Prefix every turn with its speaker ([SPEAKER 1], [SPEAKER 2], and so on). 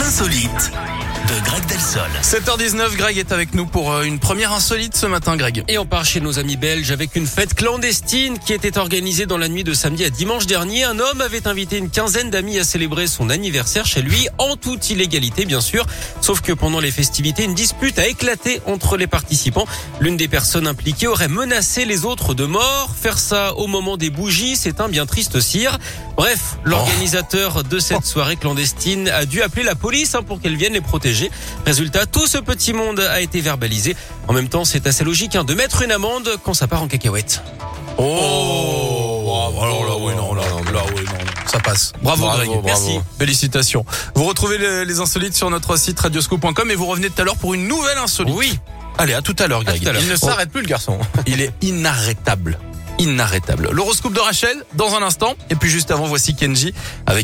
[SPEAKER 1] insolite de Greg Delsol.
[SPEAKER 2] 7h19, Greg est avec nous pour euh, une première insolite ce matin, Greg.
[SPEAKER 3] Et on part chez nos amis belges avec une fête clandestine qui était organisée dans la nuit de samedi à dimanche dernier. Un homme avait invité une quinzaine d'amis à célébrer son anniversaire chez lui, en toute illégalité bien sûr. Sauf que pendant les festivités, une dispute a éclaté entre les participants. L'une des personnes impliquées aurait menacé les autres de mort. Faire ça au moment des bougies, c'est un bien triste cire. Bref, l'organisateur de cette soirée clandestine a dû appeler la police hein, pour qu'elle vienne les protéger. Résultat, tout ce petit monde a été verbalisé. En même temps, c'est assez logique hein, de mettre une amende quand ça part en cacahuète.
[SPEAKER 2] Oh, Alors là, oui, non, là, non, là, oui, non. Oh, Ça passe.
[SPEAKER 3] Bravo, Greg. Merci.
[SPEAKER 2] Félicitations. Vous retrouvez les, les insolites sur notre site radioscoop.com et vous revenez tout à l'heure pour une nouvelle insolite.
[SPEAKER 3] Oui.
[SPEAKER 2] Allez, à tout à l'heure, Greg.
[SPEAKER 3] tout à l'heure.
[SPEAKER 2] Il ne
[SPEAKER 3] Oh.
[SPEAKER 2] s'arrête plus, le garçon. Il est inarrêtable. Inarrêtable. L'horoscope de Rachel, dans un instant. Et puis juste avant, voici Kenji avec